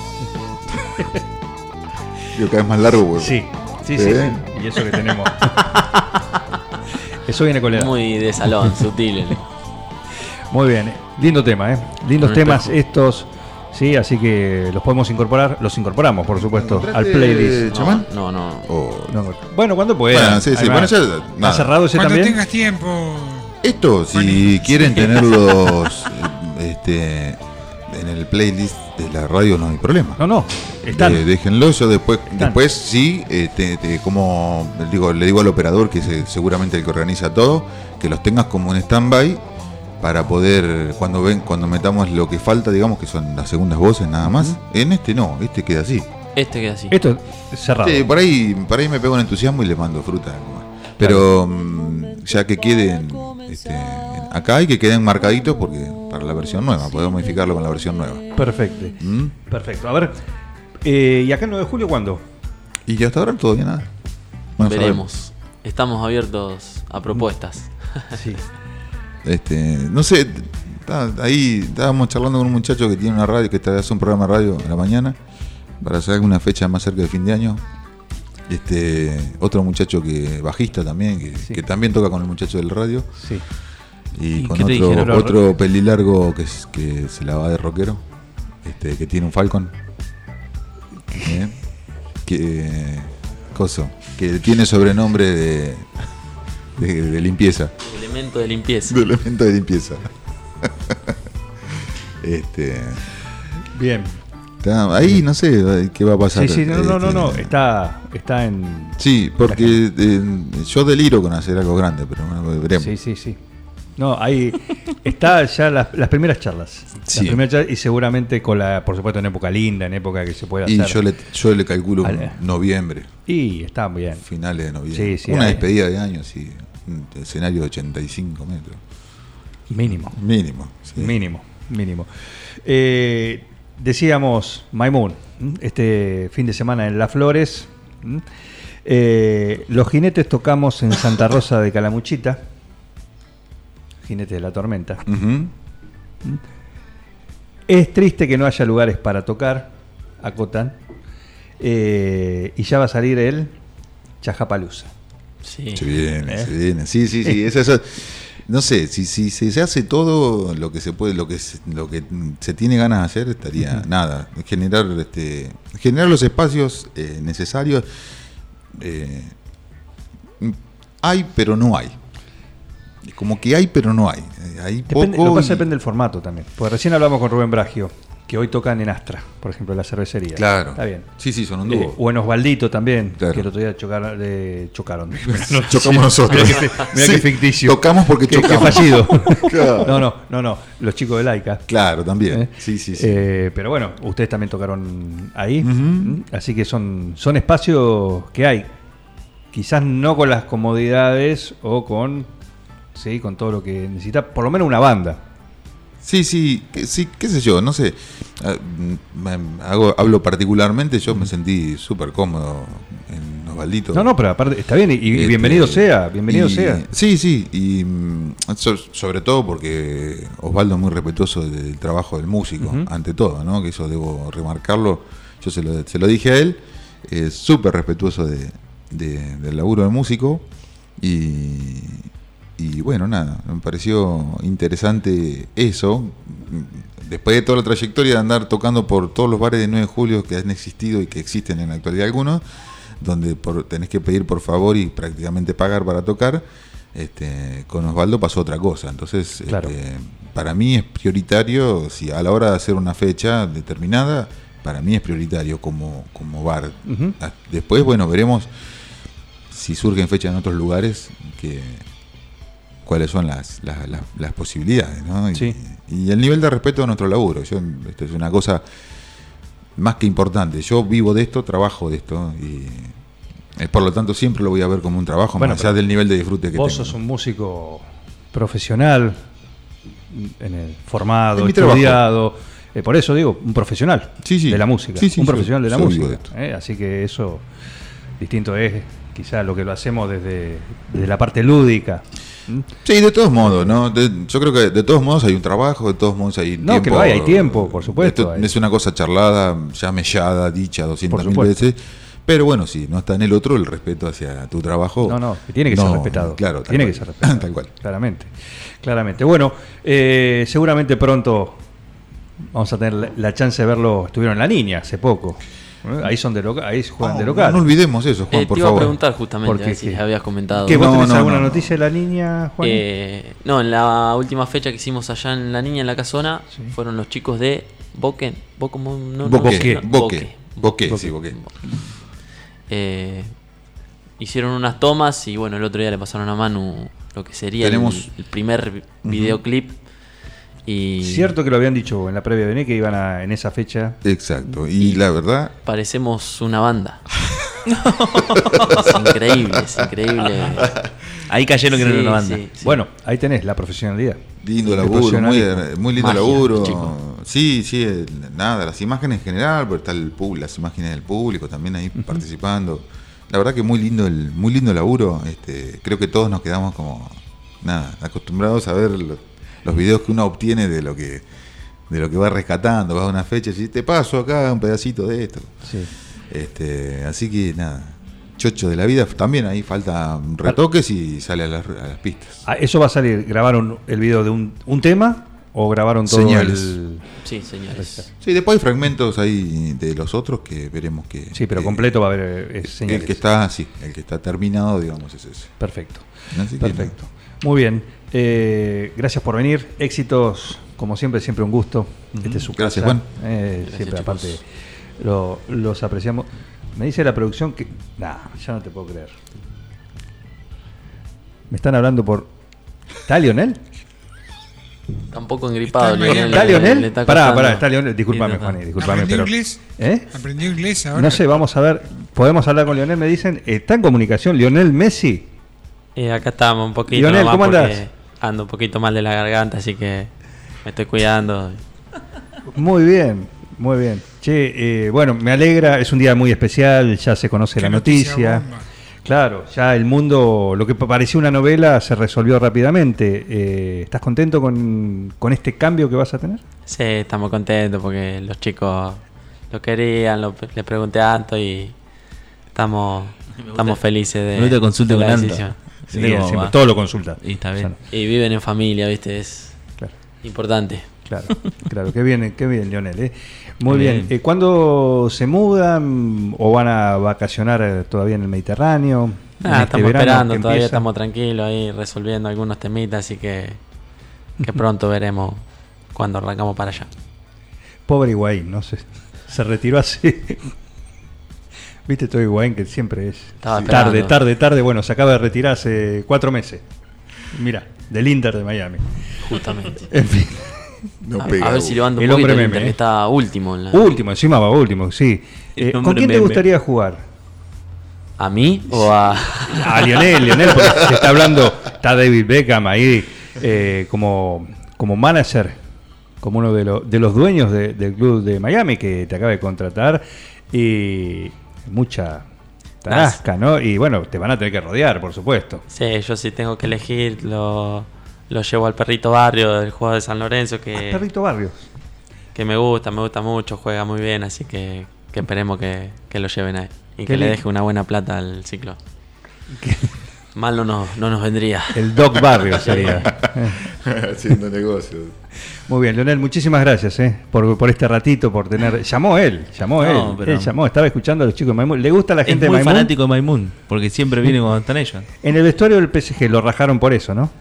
Speaker 6: Digo, cada vez más largo, güey.
Speaker 3: Sí, sí, sí,
Speaker 6: Bien.
Speaker 3: sí. Y eso que tenemos. eso viene con la edad.
Speaker 8: Muy de salón, sutil. el-
Speaker 3: Muy bien, eh. lindo tema, ¿eh? Lindos
Speaker 8: Un
Speaker 3: temas estos. Sí, así que los podemos incorporar, los incorporamos, por supuesto, al
Speaker 6: ¿Encontraste
Speaker 3: playlist.
Speaker 6: chamán? Oh,
Speaker 8: No, no.
Speaker 6: O-
Speaker 3: No, bueno, cuando pueda.
Speaker 6: Bueno, sí, sí,
Speaker 3: Ahí va.
Speaker 6: bueno, ya-
Speaker 3: ¿Está
Speaker 6: nada.
Speaker 3: cerrado ese
Speaker 5: Cuando
Speaker 3: también?
Speaker 5: tengas tiempo.
Speaker 6: Esto, si quieren
Speaker 3: <laughs>
Speaker 6: tenerlos este, en el playlist de la radio, no hay problema.
Speaker 3: No, no, están.
Speaker 6: Eh, déjenlo, yo después, después sí, eh, te- te- como digo, le digo al operador, que es eh, seguramente el que organiza todo, que los tengas como un stand-by para poder, cuando ven, cuando metamos lo que falta, digamos que son las segundas voces nada más. En este no, este queda así.
Speaker 8: Este queda así.
Speaker 3: Esto es cerrado.
Speaker 6: Sí, por ahí, por ahí me pego un entusiasmo y le mando fruta. nomás. Pero mm, ya que queden este, acá y que queden marcaditos porque para la versión nueva, podemos modificarlo con la versión nueva.
Speaker 3: Perfecto,
Speaker 6: ¿Mm?
Speaker 3: perfecto. A ver, eh, ¿y acá el 9 de julio cuándo?
Speaker 6: Y ya hasta ahora todavía nada. No sabemos.
Speaker 8: Veremos. Estamos abiertos a propuestas.
Speaker 3: Sí.
Speaker 6: Este, no sé, está- ahí estábamos charlando con un muchacho que tiene una radio, que está- hace un programa de radio a la mañana, para hacer alguna fecha más cerca del fin de año. Este, otro muchacho que bajista también, que,
Speaker 3: Sí.
Speaker 6: que también toca con el muchacho del radio,
Speaker 3: Sí.
Speaker 6: y,
Speaker 4: ¿Y
Speaker 6: con
Speaker 4: qué te dijeron?
Speaker 6: otro, otro pelilargo que, es- que se la va de rockero, este, que tiene un Falcon. ¿Eh? Que coso, que tiene sobrenombre de- de- de limpieza
Speaker 8: <laughs> Elemento de limpieza.
Speaker 6: de <laughs> elemento de limpieza. este,
Speaker 3: Bien.
Speaker 6: está- ahí no sé eh, qué va a pasar.
Speaker 3: Sí, sí, no, no, no, no.
Speaker 6: Este,
Speaker 3: Está, está en.
Speaker 6: Sí, porque eh, yo deliro con hacer algo grande, pero bueno, veremos.
Speaker 3: Sí, sí, sí. No, ahí está ya las, las primeras charlas. Las
Speaker 6: Sí.
Speaker 3: primeras charlas y seguramente con la, por supuesto, en época linda, en época que se puede
Speaker 6: y
Speaker 3: hacer.
Speaker 6: yo le, yo le calculo
Speaker 3: Ale.
Speaker 6: noviembre,
Speaker 3: Y está bien.
Speaker 6: finales de noviembre.
Speaker 3: Sí, sí,
Speaker 6: Una
Speaker 3: ahí.
Speaker 6: despedida de años y un escenario de 85 metros.
Speaker 3: Mínimo.
Speaker 6: Mínimo. sí.
Speaker 3: Mínimo, mínimo. Eh, decíamos, Maimun, ¿m? este fin de semana en Las Flores. ¿m? Eh, los jinetes tocamos en Santa Rosa de Calamuchita. Jinetes de la Tormenta.
Speaker 6: Ujú.
Speaker 3: Es triste que no haya lugares para tocar, acotan. Eh, y ya va a salir el Chajapalusa.
Speaker 8: Sí.
Speaker 6: Se viene,
Speaker 3: ¿Eh?
Speaker 6: se viene. Sí, sí, sí. Eso, eso- no sé, si, si, si se hace todo lo que se puede, lo que se, lo que se tiene ganas de hacer, estaría nada. Generar este, generar los espacios eh, necesarios. eh, hay, pero no hay. Como que hay, pero no hay. Eh, Hay
Speaker 3: Depende,
Speaker 6: poco
Speaker 3: lo que pasa
Speaker 6: y-
Speaker 3: depende del formato también. Porque recién hablamos con Rubén Bragio, que hoy tocan en Astra, por ejemplo, en la cervecería.
Speaker 6: Claro.
Speaker 3: Está bien.
Speaker 6: Sí, sí, son un
Speaker 3: Eh,
Speaker 6: dúo.
Speaker 3: o en Osvaldito también,
Speaker 6: Claro.
Speaker 3: que el otro día chocaron. eh,
Speaker 6: <laughs>
Speaker 3: chocaron.
Speaker 6: chocamos nosotros.
Speaker 3: Mirá que, mirá
Speaker 6: Sí,
Speaker 3: que ficticio.
Speaker 6: Tocamos porque
Speaker 3: <laughs> Qué- qué
Speaker 6: chocamos.
Speaker 3: fallido.
Speaker 6: <laughs> Claro.
Speaker 3: No, no, no, no. Los chicos de Laica.
Speaker 6: Claro, también.
Speaker 3: ¿Eh?
Speaker 6: Sí, sí, sí.
Speaker 3: Eh, pero bueno, ustedes también tocaron ahí. ¿Mm? Así que son, son espacios que hay. Quizás no con las comodidades o con. Sí, con todo lo que necesita. Por lo menos una banda.
Speaker 6: Sí, sí, que- sí, qué sé yo, no sé. Ah, me- me hago- hablo particularmente, yo me sentí súper cómodo en Osvaldito.
Speaker 3: No, no, pero aparte, está bien. Y, y
Speaker 6: Este,
Speaker 3: bienvenido sea, bienvenido
Speaker 6: y-
Speaker 3: sea.
Speaker 6: Sí, sí, y mm, so- sobre todo porque Osvaldo es muy respetuoso del trabajo del músico, ante todo, ¿no? Que eso debo remarcarlo. Yo se lo, se lo dije a él, es súper respetuoso de- de- del laburo del músico. Y, y bueno, nada, me pareció interesante eso. Después de toda la trayectoria de andar tocando por todos los bares de 9 de julio que han existido y que existen en la actualidad algunos, donde por- tenés que pedir por favor y prácticamente pagar para tocar, este, con Osvaldo pasó otra cosa. Entonces,
Speaker 3: Claro.
Speaker 6: este, para mí es prioritario, si a la hora de hacer una fecha determinada, para mí es prioritario como, como bar.
Speaker 3: Ujú.
Speaker 6: Ah, Después, bueno, veremos si surgen fechas en otros lugares, que, cuáles son las, las, las- las posibilidades, ¿no? Y,
Speaker 3: Sí.
Speaker 6: y el nivel de respeto a nuestro laburo. Yo, esto es una cosa más que importante. Yo vivo de esto, trabajo de esto y eh, por lo tanto siempre lo voy a ver como un trabajo,
Speaker 3: Bueno,
Speaker 6: más allá
Speaker 3: pero
Speaker 6: del nivel de disfrute que
Speaker 3: Vos
Speaker 6: tengo.
Speaker 3: sos un músico profesional, en el
Speaker 6: En
Speaker 3: formado,
Speaker 6: mi trabajo.
Speaker 3: estudiado. Eh, por eso digo, un profesional
Speaker 6: Sí, sí.
Speaker 3: de la música.
Speaker 6: Sí, sí,
Speaker 3: un
Speaker 6: soy-
Speaker 3: profesional de la
Speaker 6: soy
Speaker 3: música.
Speaker 6: de esto.
Speaker 3: eh, así que eso distinto es quizá lo que lo hacemos desde, desde la parte lúdica.
Speaker 6: Sí, de todos modos, ¿no? De- yo creo que de todos modos hay un trabajo, de todos modos hay
Speaker 3: No, que lo hay, hay tiempo, por supuesto,
Speaker 6: Esto
Speaker 3: hay.
Speaker 6: es una cosa charlada, ya mellada, dicha 200 mil
Speaker 3: supuesto.
Speaker 6: veces. Pero bueno, si no está en el otro, el respeto hacia tu trabajo.
Speaker 3: No, no, que tiene que ser respetado.
Speaker 6: Oh. Claro, tal
Speaker 3: tiene
Speaker 6: cual.
Speaker 3: que ser respetado.
Speaker 6: <laughs> Tal cual.
Speaker 3: Claramente, claramente. Bueno, eh, seguramente pronto vamos a tener la, la chance de verlo. Estuvieron en la niña hace poco. ¿eh? Ahí son de loca- ahí juegan
Speaker 6: No,
Speaker 3: de local.
Speaker 6: No olvidemos eso, Juan,
Speaker 8: Eh,
Speaker 6: por
Speaker 8: te iba a
Speaker 6: favor.
Speaker 8: preguntar justamente
Speaker 3: Porque
Speaker 8: a ver si
Speaker 3: que-
Speaker 8: habías comentado.
Speaker 3: ¿Qué, vos
Speaker 6: No,
Speaker 3: tenés
Speaker 6: no,
Speaker 3: alguna
Speaker 6: no, no.
Speaker 3: noticia de la niña, Juan?
Speaker 8: Eh, no, en la última fecha que hicimos allá en La Niña, en la casona, fueron los chicos de Boquen. Boquen, no, no, no,
Speaker 6: Boque,
Speaker 8: no,
Speaker 6: boque,
Speaker 8: Boque.
Speaker 6: boque, sí, boque.
Speaker 8: Eh, hicieron unas tomas y bueno, el otro día le pasaron a Manu lo que sería el-
Speaker 6: Tenemos-
Speaker 8: el, primer vi- videoclip. Y
Speaker 3: Cierto que lo habían dicho en la previa de E que iban a, en esa fecha.
Speaker 8: Mm,
Speaker 6: Exacto, y la verdad,
Speaker 8: parecemos
Speaker 3: <laughs>
Speaker 8: una banda. es increíble, es increíble.
Speaker 4: Ahí cayeron que no
Speaker 8: Sí,
Speaker 4: era una banda.
Speaker 8: sí, sí.
Speaker 3: Bueno, ahí tenés la profesionalidad.
Speaker 6: lindo
Speaker 3: El
Speaker 6: laburo, muy,
Speaker 3: profesionalismo.
Speaker 6: muy lindo
Speaker 8: Este Magia,
Speaker 6: laburo.
Speaker 8: chico.
Speaker 6: Sí, sí, el- nada, las imágenes en general, porque está el público, las imágenes del público también ahí participando. La verdad que muy lindo el muy lindo laburo, este, creo que todos nos quedamos como nada, acostumbrados a ver lo- los videos que uno obtiene de lo que de lo que va rescatando, vas a una fecha y decís, te paso acá un pedacito de esto.
Speaker 3: Sí.
Speaker 6: Este, así que nada, chocho de la vida, también ahí falta retoques y sale a las, a las pistas.
Speaker 3: Ah, Eso va a salir. ¿Grabaron el video de un, un tema o grabaron todo
Speaker 6: Señales.
Speaker 3: el-
Speaker 8: Sí, señores.
Speaker 6: Sí, después hay fragmentos ahí de los otros que veremos que...
Speaker 3: Sí, pero
Speaker 6: que-
Speaker 3: completo va a haber eh, es señales.
Speaker 6: El que está, sí, el que está terminado, digamos, es ese.
Speaker 3: Perfecto.
Speaker 6: Así que
Speaker 3: Perfecto. Muy bien. Eh, gracias por venir. Éxitos, como siempre, siempre un gusto. Este es su
Speaker 6: Gracias,
Speaker 3: casa.
Speaker 6: Juan.
Speaker 3: Eh, siempre,
Speaker 8: chicos.
Speaker 3: aparte, lo- los apreciamos. Me dice la producción que. Nah, ya no te puedo creer. Me están hablando por. ¿Está Lionel?
Speaker 8: Está un poco
Speaker 5: Está
Speaker 8: engripado. <laughs> Lionel,
Speaker 3: ¿Está
Speaker 8: le-
Speaker 3: Lionel?
Speaker 8: le está
Speaker 3: pará,
Speaker 8: costando.
Speaker 3: pará, está Lionel. Disculpame,
Speaker 8: Sí, no, no.
Speaker 3: Juan, disculpame,
Speaker 5: ¿Aprendió
Speaker 3: pero.
Speaker 5: inglés?
Speaker 3: ¿Eh?
Speaker 5: ¿Aprendió inglés ahora?
Speaker 3: No sé, vamos a ver. Podemos hablar con Lionel, me dicen. Está en comunicación Lionel Messi.
Speaker 8: Eh, acá estamos un poquito.
Speaker 3: Lionel,
Speaker 8: nomás
Speaker 3: ¿cómo
Speaker 8: porque
Speaker 3: andás?
Speaker 8: Ando un poquito mal de la garganta, así que me estoy cuidando.
Speaker 3: Muy bien, muy bien. Che, eh, bueno, me alegra, es un día muy especial, ya se conoce
Speaker 5: Qué
Speaker 3: la
Speaker 5: noticia
Speaker 3: noticia.
Speaker 5: bomba.
Speaker 3: Claro, ya el mundo, lo que pa- parecía una novela se resolvió rápidamente. Eh, ¿Estás contento con, con este cambio que vas a tener?
Speaker 8: Sí, estamos contentos porque los chicos lo querían, lo- les pregunté a Anto y estamos, estamos felices de,
Speaker 4: Me gusta que consulte
Speaker 8: de la
Speaker 4: con Anto.
Speaker 8: decisión.
Speaker 4: Sí, como
Speaker 3: siempre,
Speaker 4: va.
Speaker 3: todo lo consulta.
Speaker 4: Y está bien.
Speaker 8: Y viven en familia, viste, es
Speaker 3: Claro.
Speaker 8: importante.
Speaker 3: Claro, <laughs> claro, qué bien, qué bien, Lionel. ¿eh? Muy bien.
Speaker 4: Bien.
Speaker 3: Eh, ¿Cuándo se mudan o van a vacacionar eh, todavía en el Mediterráneo? En
Speaker 4: Ah,
Speaker 8: Nada,
Speaker 3: este
Speaker 8: estamos
Speaker 3: verano
Speaker 8: esperando,
Speaker 3: que
Speaker 8: todavía
Speaker 3: empieza.
Speaker 8: estamos tranquilos ahí resolviendo algunos temitas, así que,
Speaker 3: <laughs>
Speaker 8: que pronto veremos cuando arrancamos para allá.
Speaker 3: Pobre Higuaín, no sé. Se retiró así. <laughs> Viste todo Higuaín que siempre es.
Speaker 8: Estaba esperando.
Speaker 3: tarde, tarde, tarde. Bueno, se acaba de retirar hace cuatro meses. Mira, del Inter de Miami. <laughs>
Speaker 8: Justamente.
Speaker 3: En fin.
Speaker 6: No
Speaker 8: a,
Speaker 6: pega,
Speaker 8: a ver si
Speaker 6: vos.
Speaker 8: levanto un
Speaker 3: El
Speaker 8: poquito
Speaker 3: hombre
Speaker 8: el
Speaker 3: meme,
Speaker 8: Inter, que
Speaker 3: eh.
Speaker 8: está último en la-
Speaker 3: Último, encima va último, sí.
Speaker 4: El
Speaker 3: Eh, ¿Con
Speaker 4: hombre
Speaker 3: quién te
Speaker 4: meme.
Speaker 3: gustaría jugar?
Speaker 8: ¿A mí o a...?
Speaker 3: A Lionel, Lionel, porque se está hablando, está David Beckham ahí eh, como, como manager, como uno de, los de los dueños de- del club de Miami que te acaba de contratar y mucha tarasca, ¿no? Y bueno, te van a tener que rodear, por supuesto.
Speaker 8: <laughs> Sí, yo sí tengo que elegir, lo, lo llevo al perrito barrio del juego de San Lorenzo,
Speaker 4: Eh.
Speaker 3: Ah,
Speaker 8: que,
Speaker 3: Perrito Barrios.
Speaker 8: que me gusta, me gusta mucho, juega muy bien, así que, que esperemos que, que lo lleven ahí y que le
Speaker 3: lindo.
Speaker 8: deje una buena plata al ciclo. Mal no nos, no nos vendría.
Speaker 3: El Doc Barrios sería.
Speaker 6: <laughs> Haciendo negocios.
Speaker 3: Muy bien, Leonel, muchísimas gracias eh, por, por este ratito, por tener... Llamó él, llamó
Speaker 4: No,
Speaker 3: él.
Speaker 4: pero-
Speaker 3: Él llamó, estaba escuchando a los chicos de Maimú. ¿Le gusta a la
Speaker 4: Es
Speaker 3: gente
Speaker 4: muy
Speaker 3: de Maimú?
Speaker 4: fanático de Maimun, porque siempre viene cuando están ellos.
Speaker 3: En el vestuario del PSG lo rajaron por eso, ¿no?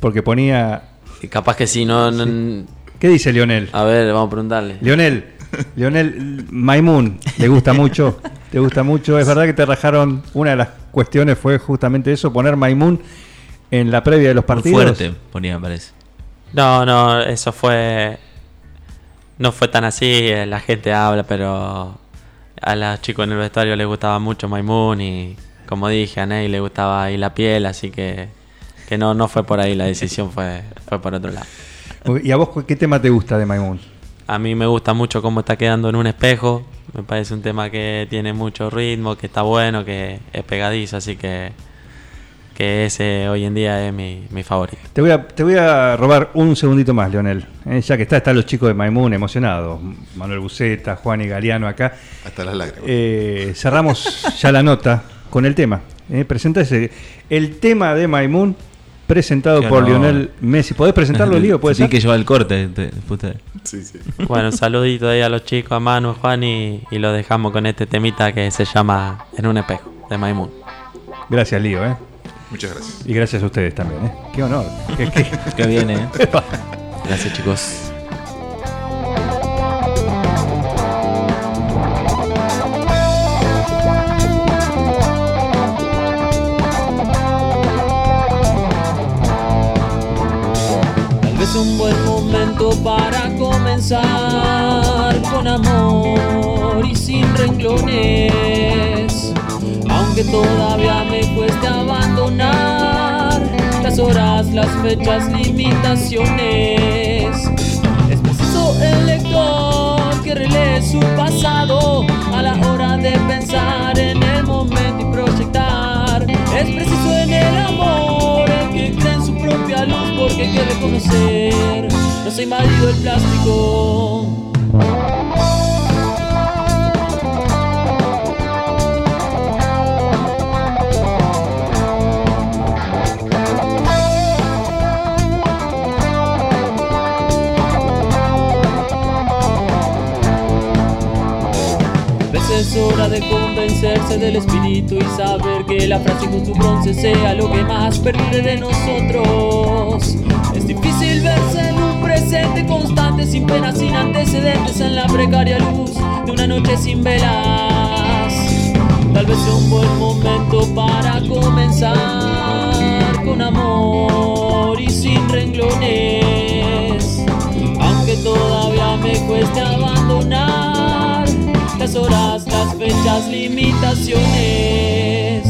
Speaker 3: Porque ponía.
Speaker 8: Y capaz que sí, no, no-
Speaker 3: ¿Qué dice Lionel?
Speaker 8: A ver, vamos a preguntarle.
Speaker 3: Lionel, Lionel Maimun, ¿te gusta mucho? ¿Te gusta mucho? Es verdad que te rajaron. Una de las cuestiones fue justamente eso, poner Maimun en la previa de los
Speaker 4: Muy
Speaker 3: partidos.
Speaker 4: fuerte, ponía, me parece.
Speaker 8: No, no, eso fue. No fue tan así, eh, la gente habla, pero a los chicos en el vestuario les gustaba mucho Maimun y, como dije, a Ney le gustaba ahí la piel, así que, que no, no fue por ahí la decisión, fue, fue por otro lado.
Speaker 3: ¿Y a vos qué tema te gusta de Maimun?
Speaker 8: A mí me gusta mucho cómo está quedando en un espejo, me parece un tema que tiene mucho ritmo, que está bueno, que es pegadizo, así que, que ese hoy en día es mi, mi favorito.
Speaker 3: Te voy, a, te voy a robar un segundito más, Leonel. Eh, ya que está, están los chicos de Maimun emocionados. Manuel Buceta, Juan y Galeano acá.
Speaker 6: Hasta las lágrimas.
Speaker 3: Eh, cerramos ya la nota con el tema. Eh, presenta ese- el tema de Maimun presentado
Speaker 4: Qué
Speaker 3: por
Speaker 4: honor.
Speaker 3: Lionel Messi. ¿Podés
Speaker 4: <laughs>
Speaker 3: presentarlo, Lío? ¿Puede
Speaker 4: Sí,
Speaker 3: ser?
Speaker 4: que lleva el corte. te- puta.
Speaker 6: Sí, sí.
Speaker 8: Bueno, un saludito ahí a los chicos, a Manu, a Juan y, y los dejamos con este temita que se llama En un espejo, de Maimun.
Speaker 3: Gracias, Lío. eh.
Speaker 6: Muchas gracias.
Speaker 3: Y gracias a ustedes también. eh. Qué honor. Qué- qué-
Speaker 4: Que viene, <laughs> ¿eh?
Speaker 8: Gracias chicos.
Speaker 9: Tal vez un buen momento para comenzar con amor y sin renglones. Aunque todavía me cueste abandonar las horas, las fechas, limitaciones. Es preciso el lector que relee su pasado a la hora de pensar en el momento y proyectar. Es preciso en el amor el que cree en su propia luz porque hay que reconocer. No soy marido el plástico. Pues es hora de convencerse del espíritu y saber que la frase con su bronce sea lo que más perdure de nosotros. Es difícil verse en un presente constante, sin penas, sin antecedentes, en la precaria luz de una noche sin velas. Tal vez sea un buen momento para comenzar con amor y sin renglones. Aunque todavía me cueste abandonar las horas, las fechas, limitaciones.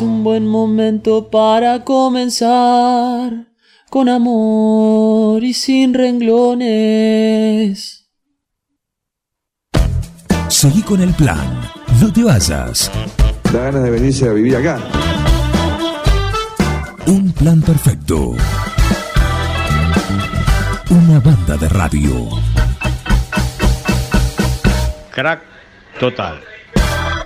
Speaker 9: listo para comenzar con amor y sin renglones.
Speaker 10: Seguí con el plan. No te vayas.
Speaker 11: Da ganas de venirse a vivir acá.
Speaker 10: Un plan perfecto. Una banda de radio.
Speaker 12: Crack total.